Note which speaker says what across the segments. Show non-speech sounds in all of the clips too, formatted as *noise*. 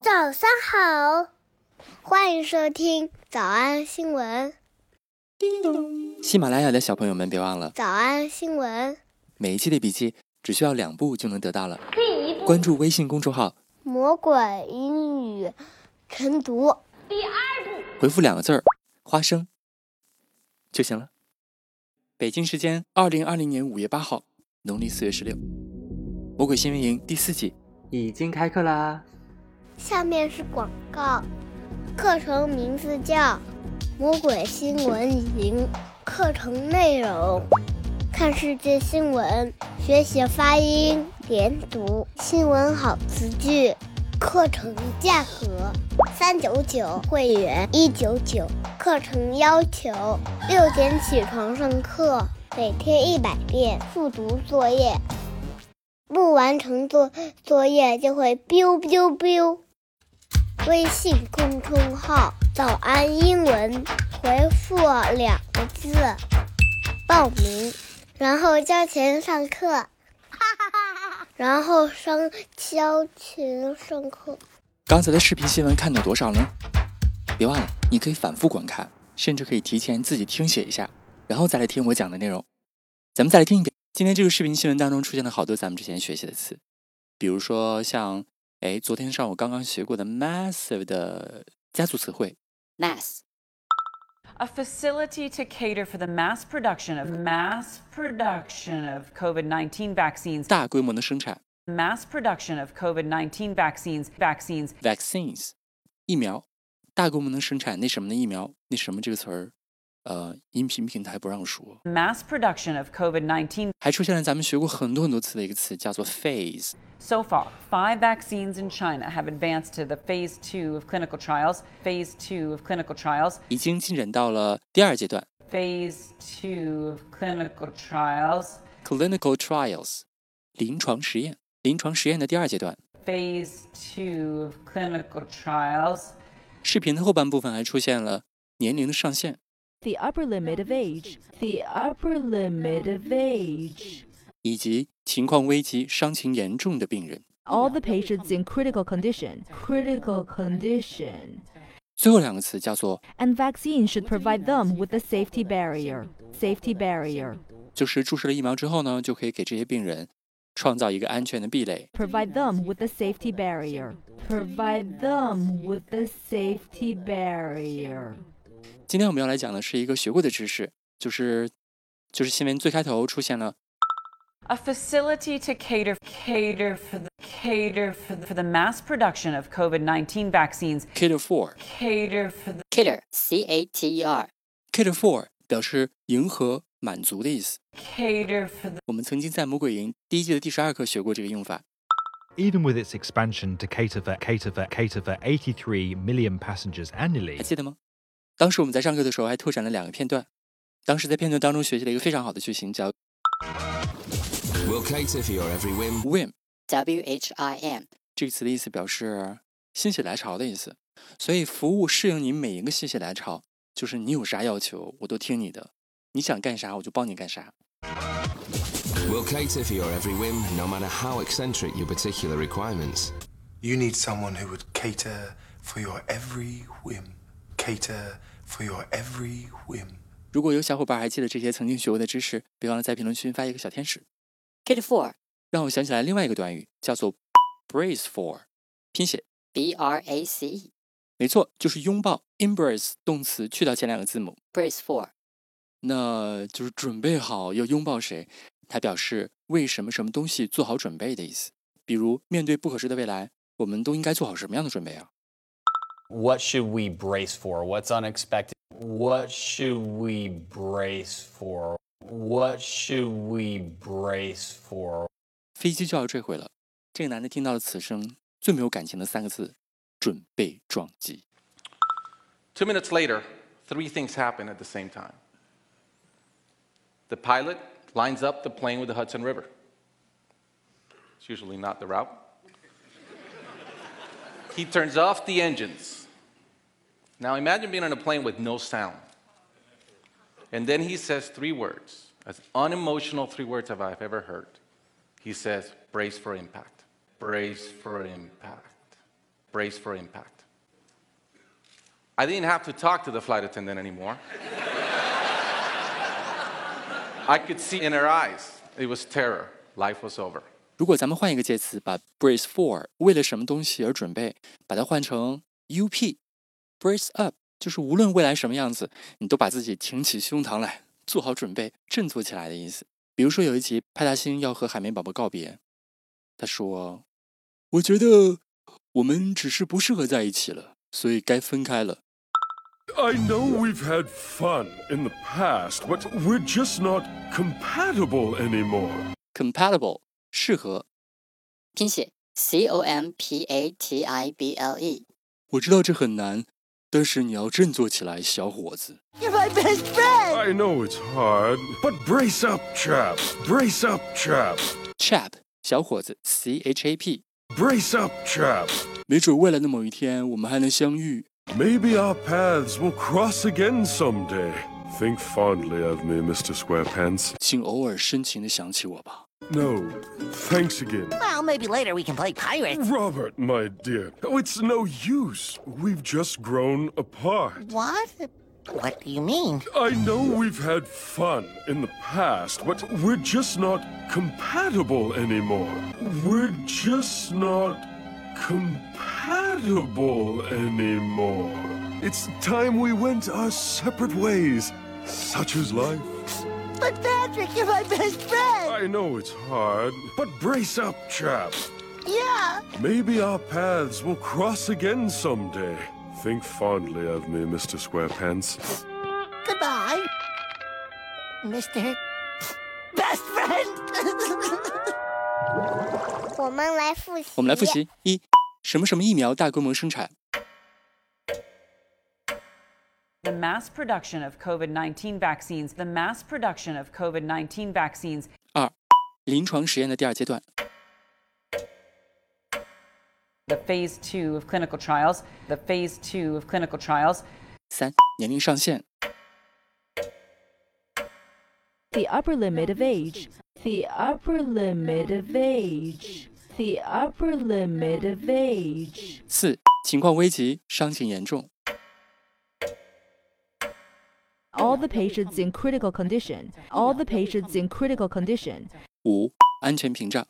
Speaker 1: 早上好，欢迎收听早安新闻。
Speaker 2: 喜马拉雅的小朋友们，别忘了
Speaker 1: 早安新闻，
Speaker 2: 每一期的笔记只需要两步就能得到了。关注微信公众号，
Speaker 1: 魔鬼英语晨读。
Speaker 2: 回复两个字儿“花生”就行了。北京时间二零二零年五月八号，农历四月十六，魔鬼新闻营第四季已经开课啦！
Speaker 1: 下面是广告，课程名字叫《魔鬼新闻营》，课程内容：看世界新闻，学习发音、连读、新闻好词句。课程价格三九九，会员一九九。课程要求六点起床上课，每天一百遍复读作业，不完成作作业就会 biu biu biu。微信公众号“早安英文”，回复两个字报名，然后交钱上课。然后上交钱上课。
Speaker 2: 刚才的视频新闻看到多少呢？别忘了，你可以反复观看，甚至可以提前自己听写一下，然后再来听我讲的内容。咱们再来听一遍。今天这个视频新闻当中出现了好多咱们之前学习的词，比如说像哎，昨天上午刚刚学过的 massive 的家族词汇
Speaker 3: mass
Speaker 4: A facility to cater for the mass production of mass production of COVID-19 vaccines.
Speaker 2: 大规模的生产
Speaker 4: Mass production of COVID-19 vaccines. Vaccines.
Speaker 2: vaccines 疫苗，大规模的生产那什么的疫苗，那什么这个词儿，呃，音频平台不让说。
Speaker 4: Mass production of COVID-19.
Speaker 2: 还出现了咱们学过很多很多次的一个词，叫做 phase。
Speaker 4: So far, five vaccines in China have advanced to the phase two of clinical trials. Phase two of clinical trials.
Speaker 2: 已经进展到了第二阶段
Speaker 4: Phase two of clinical trials.
Speaker 2: （clinical trials） 临床实验。临床实验的第二阶段。
Speaker 4: Phase two of clinical trials.
Speaker 2: 视频的后半部分还出现了年龄的上限。
Speaker 5: The upper limit of age. The upper limit of age.
Speaker 2: 以及情况危急、伤情严重的病人。
Speaker 5: All the patients in critical condition. Critical condition.
Speaker 2: 最后两个词叫做
Speaker 5: And vaccine should provide them with a safety barrier. Safety barrier.
Speaker 2: 就是注射了疫苗之后呢，就可以给这些病人创造一个安全的壁垒。
Speaker 5: Provide them with a safety barrier. Provide them with a safety barrier.
Speaker 2: 今天我们要来讲的是一个学过的知识，就是就是新闻最开头出现了
Speaker 4: A facility to cater cater for the cater for the, for the mass production of COVID-19 vaccines.
Speaker 2: cater for。
Speaker 4: Cater for the
Speaker 3: cater c a t e r
Speaker 2: cater for 表示迎合、满足的意思。
Speaker 4: cater for the
Speaker 2: 我们曾经在《魔鬼营》第一季的第十二课学过这个用法。
Speaker 6: Even with its expansion to cater for cater for cater for 83 million passengers annually,
Speaker 2: 还记得吗？当时我们在上课的时候还拓展了两个片段，当时在片段当中学习了一个非常好的句型，叫
Speaker 7: We'll cater for your every whim.
Speaker 2: whim，
Speaker 3: w h i m
Speaker 2: 这个词的意思表示心血来潮的意思，所以服务适应你每一个心血来潮，就是你有啥要求我都听你的，你想干啥我就帮你干啥。
Speaker 7: We'll cater for your every whim, no matter how eccentric your particular requirements.
Speaker 8: You need someone who would cater for your every whim. Cater for your every whim.
Speaker 2: 如果有小伙伴还记得这些曾经学过的知识，别忘了在评论区发一个小天使，
Speaker 3: cater for
Speaker 2: 让我想起来另外一个短语叫做 brace for，拼写
Speaker 3: b r a c e
Speaker 2: 没错，就是拥抱 embrace 动词去掉前两个字母，
Speaker 3: brace for
Speaker 2: 那就是准备好要拥抱谁，它表示为什么什么东西做好准备的意思。比如面对不可知的未来，我们都应该做好什么样的准备啊？
Speaker 9: What should we brace for? What's unexpected? What should we brace for? What should we brace for?
Speaker 2: 飞机就要坠毁了，这个男的听到了此声最没有感情的三个字：准备撞击。
Speaker 10: Two minutes later, three things happen at the same time. The pilot lines up the plane with the Hudson River. It's usually not the route. *laughs* he turns off the engines. Now imagine being on a plane with no sound. And then he says three words, as unemotional three words have I've ever heard. He says, brace for impact. Brace for impact. brace for impact. I didn't have to talk to the flight attendant anymore. I could see in her eyes. It was terror. Life was over.
Speaker 2: 如果咱们换一个介词，把 brace for 为了什么东西而准备，把它换成 up，brace up 就是无论未来什么样子，你都把自己挺起胸膛来，做好准备，振作起来的意思。比如说有一集派大星要和海绵宝宝告别，他说：“我觉得我们只是不适合在一起了，所以该分开了。
Speaker 11: I know we've had fun in the past, but we're just not compatible anymore.
Speaker 2: Compatible 适合，
Speaker 3: 拼写 C O M P A T I B L E。
Speaker 2: 我知道这很难，但是你要振作起来，小伙子。
Speaker 11: You're my best friend! I know it's hard, but brace up, chaps! Brace up, chaps!
Speaker 2: Chap 小伙子，C H A P。
Speaker 11: Brace up, chaps!
Speaker 2: 没准未来的某一天，我们还能相遇。
Speaker 11: Maybe our paths will cross again someday. Think fondly of me, Mr. Squarepants.
Speaker 2: 请偶尔深情的想起我吧。
Speaker 11: No, thanks again.
Speaker 12: Well, maybe later we can play pirates.
Speaker 11: Robert, my dear, oh, it's no use. We've just grown apart.
Speaker 12: Hmm. What? What do you mean?
Speaker 11: I know we've had fun in the past, but we're just not compatible anymore. We're just not compatible anymore. It's time we went our separate ways. Such is life.
Speaker 12: But Patrick, you're my best friend!
Speaker 11: I know Oh, it's hard, but brace up, chaps.
Speaker 12: Yeah!
Speaker 11: Maybe our paths will cross again someday. Think fondly of me, Mr. Squarepants.
Speaker 12: Goodbye, Mr. Best *laughs* Friend!
Speaker 1: 我们来复习。
Speaker 2: 我们来复。习：一、什么什么疫苗大规模生产；
Speaker 4: The mass production of COVID 19 vaccines, the mass production of COVID 19 vaccines,
Speaker 2: 二、临床实验的第二阶段；
Speaker 4: the phase two of clinical trials, the phase two of clinical trials,
Speaker 2: 三、年龄上限；
Speaker 5: The upper limit of age. The upper limit of age. The upper limit of age.
Speaker 2: 四、情况危急，伤情严重；
Speaker 5: All the patients in critical condition. All the patients in critical condition.
Speaker 2: 五、安全屏障；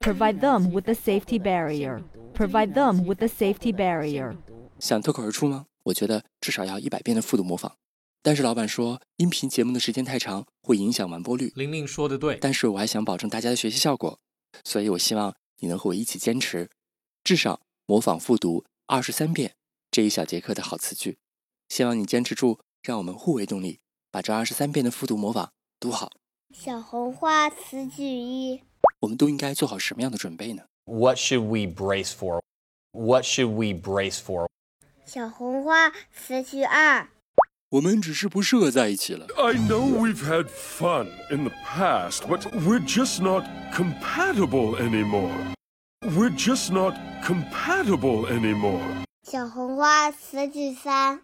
Speaker 5: Provide them with a safety barrier. Provide them with a safety barrier.
Speaker 2: 想脱口而出吗？我觉得至少要一百遍的复读模仿。但是老板说，音频节目的时间太长，会影响完播率。
Speaker 13: 玲玲说的对，
Speaker 2: 但是我还想保证大家的学习效果，所以我希望你能和我一起坚持，至少模仿复读二十三遍这一小节课的好词句。希望你坚持住，让我们互为动力，把这二十三遍的复读模仿读好。
Speaker 1: 小红花词句一，
Speaker 2: 我们都应该做好什么样的准备呢？
Speaker 9: What should we brace for? What should we brace for?
Speaker 1: 小红花词句二，
Speaker 2: 我们只是不适合在一起了。
Speaker 11: I know we've had fun in the past, but we're just not compatible anymore. We're just not compatible anymore.
Speaker 1: 小红花词句三，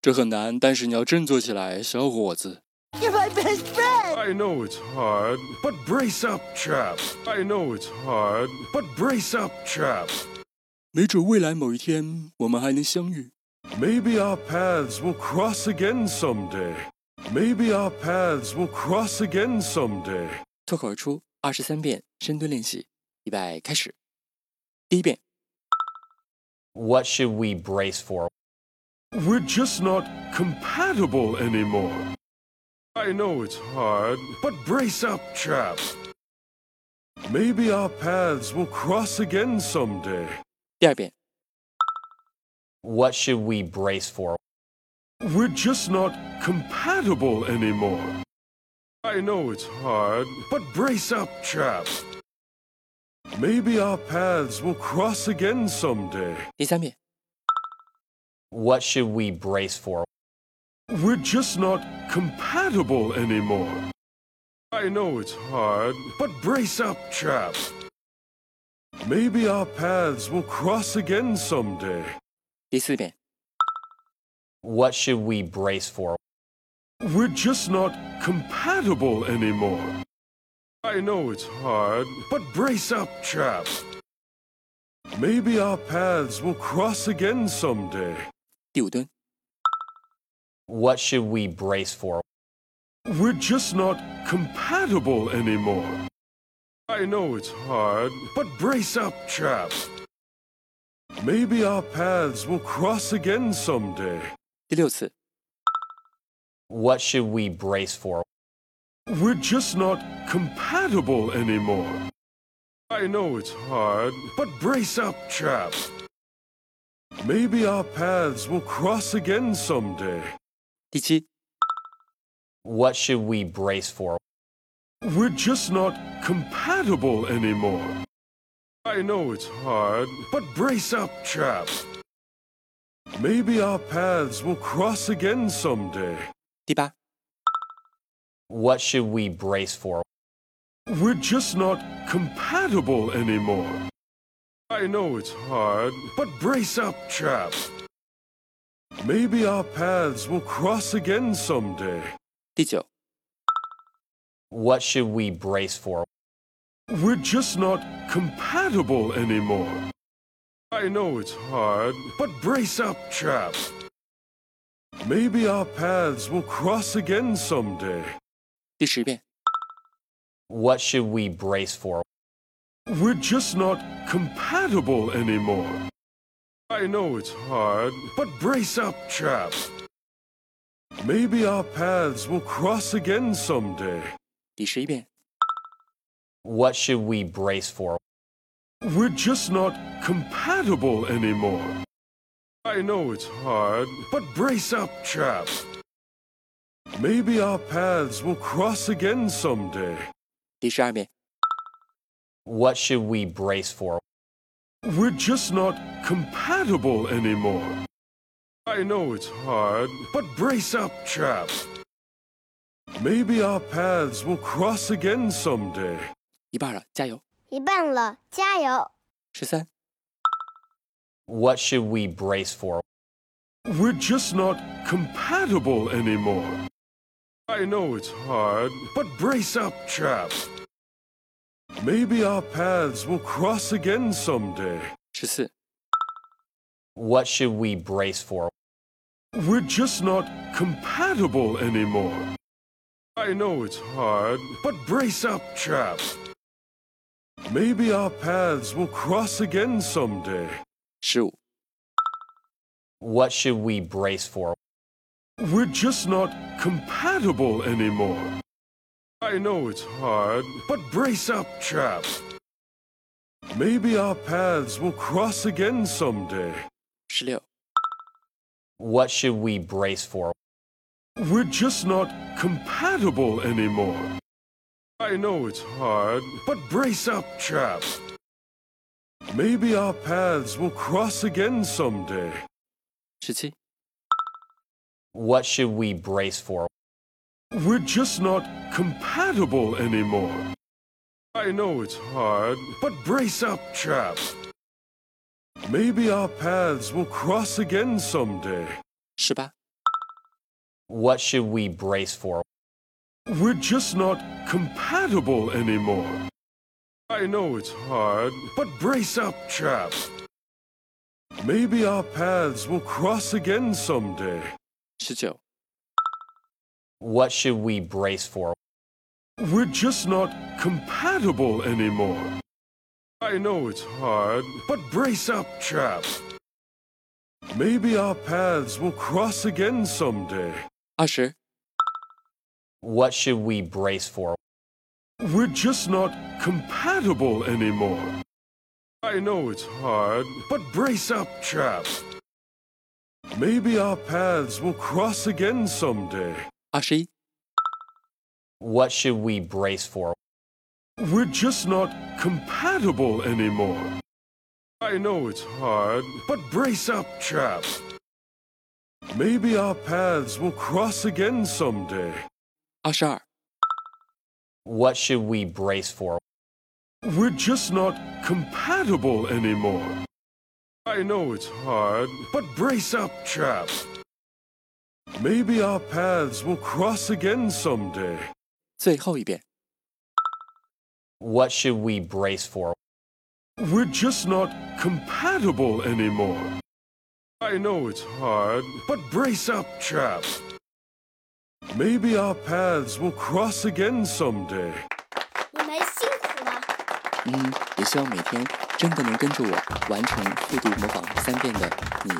Speaker 2: 这很难，但是你要振作起来，小伙子。
Speaker 12: You're my best friend!
Speaker 11: I know it's hard, but brace up, chaps. I know it's hard, but brace up, chaps.
Speaker 2: 没准未来某一天我们还能相遇。
Speaker 11: Maybe our paths will cross again someday. Maybe our paths will cross again someday.
Speaker 2: 脱口而出二十三遍深蹲练习，预备开始。第一遍，
Speaker 9: What should we brace for?
Speaker 11: We're just not compatible anymore. I know it's hard, but brace up, chaps. Maybe our paths will cross again someday.
Speaker 2: 第二遍，
Speaker 9: What should we brace for?
Speaker 11: We're just not compatible anymore. I know it's hard, but brace up, chaps. Maybe our paths will cross again someday.
Speaker 2: 第三遍，
Speaker 9: What should we brace for?
Speaker 11: We're just not compatible anymore. I know it's hard, but brace up, chaps. Maybe our paths will cross again someday.
Speaker 2: 第四遍，
Speaker 9: What should we brace for?
Speaker 11: We're just not compatible anymore. I know it's hard, but brace up, chap. Maybe our paths will cross again someday.
Speaker 2: 第五蹲，
Speaker 9: What should we brace for?
Speaker 11: We're just not compatible anymore. I know it's hard, but brace up, chap. Maybe our paths will cross again someday.
Speaker 2: 第六次，
Speaker 9: What should we brace for?
Speaker 11: We're just not compatible anymore. I know it's hard, but brace up, chap. Maybe our paths will cross again someday.
Speaker 2: 第七，
Speaker 9: What should we brace for?
Speaker 11: We're just not compatible anymore. I know it's hard, but brace up, chap. Maybe our paths will cross again someday.
Speaker 2: 第八，
Speaker 9: What should we brace for?
Speaker 11: We're just not compatible anymore. I know it's hard, but brace up, chap. Maybe our paths will cross again someday.
Speaker 2: 第九，
Speaker 9: What should we brace for?
Speaker 11: We're just not compatible anymore. I know it's hard, but brace up, chap. Maybe our paths will cross again someday.
Speaker 2: 第十遍，
Speaker 9: What should we brace for?
Speaker 11: We're just not compatible anymore. I know it's hard, but brace up, chap. Maybe our paths will cross again someday.
Speaker 2: 第十一遍，
Speaker 9: What should we brace for?
Speaker 11: We're just not compatible anymore. I know it's hard, but brace up, chap. Maybe our paths will cross again someday.
Speaker 2: 第十二遍，
Speaker 9: What should we brace for?
Speaker 11: We're just not compatible anymore. I know it's hard, but brace up, chap. Maybe our paths will cross again someday.
Speaker 2: 一半了，加油！
Speaker 1: 一半了，加油！
Speaker 2: 十三、
Speaker 9: What should we brace for?
Speaker 11: We're just not compatible anymore. I know it's hard, but brace up, chap. Maybe our paths will cross again someday.
Speaker 2: 十四、
Speaker 9: What should we brace for?
Speaker 11: We're just not compatible anymore. I know it's hard, but brace up, chap. Maybe our paths will cross again someday.
Speaker 2: 十五、
Speaker 9: What should we brace for?
Speaker 11: We're just not compatible anymore. I know it's hard, but brace up, chap. Maybe our paths will cross again someday.
Speaker 2: 十六、
Speaker 9: What should we brace for?
Speaker 11: We're just not compatible anymore. I know it's hard, but brace up, chap. Maybe our paths will cross again someday.
Speaker 2: 十七、
Speaker 9: What should we brace for?
Speaker 11: We're just not compatible anymore. I know it's hard, but brace up, chap. Maybe our paths will cross again someday.
Speaker 2: 十八、
Speaker 9: What should we brace for?
Speaker 11: We're just not compatible anymore. I know it's hard, but brace up, chap. Maybe our paths will cross again someday.
Speaker 2: 十九、
Speaker 9: What should we brace for?
Speaker 11: We're just not compatible anymore. I know it's hard, but brace up, chap. Maybe our paths will cross again someday.
Speaker 2: 二十、
Speaker 9: What should we brace for?
Speaker 11: We're just not compatible anymore. I know it's hard, but brace up, chap. Maybe our paths will cross again someday.
Speaker 2: 二十一、
Speaker 9: What should we brace for?
Speaker 11: We're just not compatible anymore. I know it's hard, but brace up, chap. Maybe our paths will cross again someday.
Speaker 2: 二十二、
Speaker 9: What should we brace for?
Speaker 11: We're just not compatible anymore. I know it's hard, but brace up, chap. Maybe our paths will cross again someday.
Speaker 2: 最后一遍。
Speaker 13: What should we brace for?
Speaker 11: We're just not compatible anymore. I know it's hard, but brace up, chap. Maybe our paths will cross again someday.
Speaker 14: 你们辛苦了。
Speaker 2: 嗯，也希望每天真的能跟着我完成复读模仿三遍的你，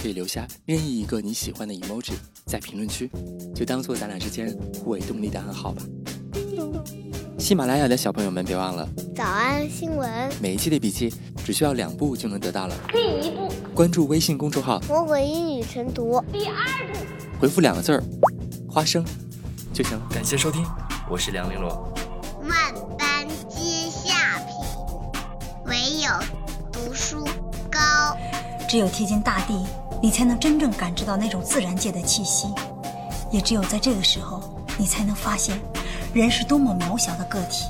Speaker 2: 可以留下任意一个你喜欢的 emoji 在评论区，就当做咱俩之间互为动力的暗号吧。喜马拉雅的小朋友们别忘了，
Speaker 14: 早安新闻，
Speaker 2: 每一期的笔记只需要两步就能得到了。
Speaker 14: 第一步，
Speaker 2: 关注微信公众号，
Speaker 14: 魔鬼英语晨读；第二步，
Speaker 2: 回复两个字儿“花生”就行了。感谢收听，我是梁玲珑。
Speaker 1: 万般皆下品，唯有读书高。
Speaker 5: 只有贴近大地，你才能真正感知到那种自然界的气息；也只有在这个时候，你才能发现，人是多么渺小的个体。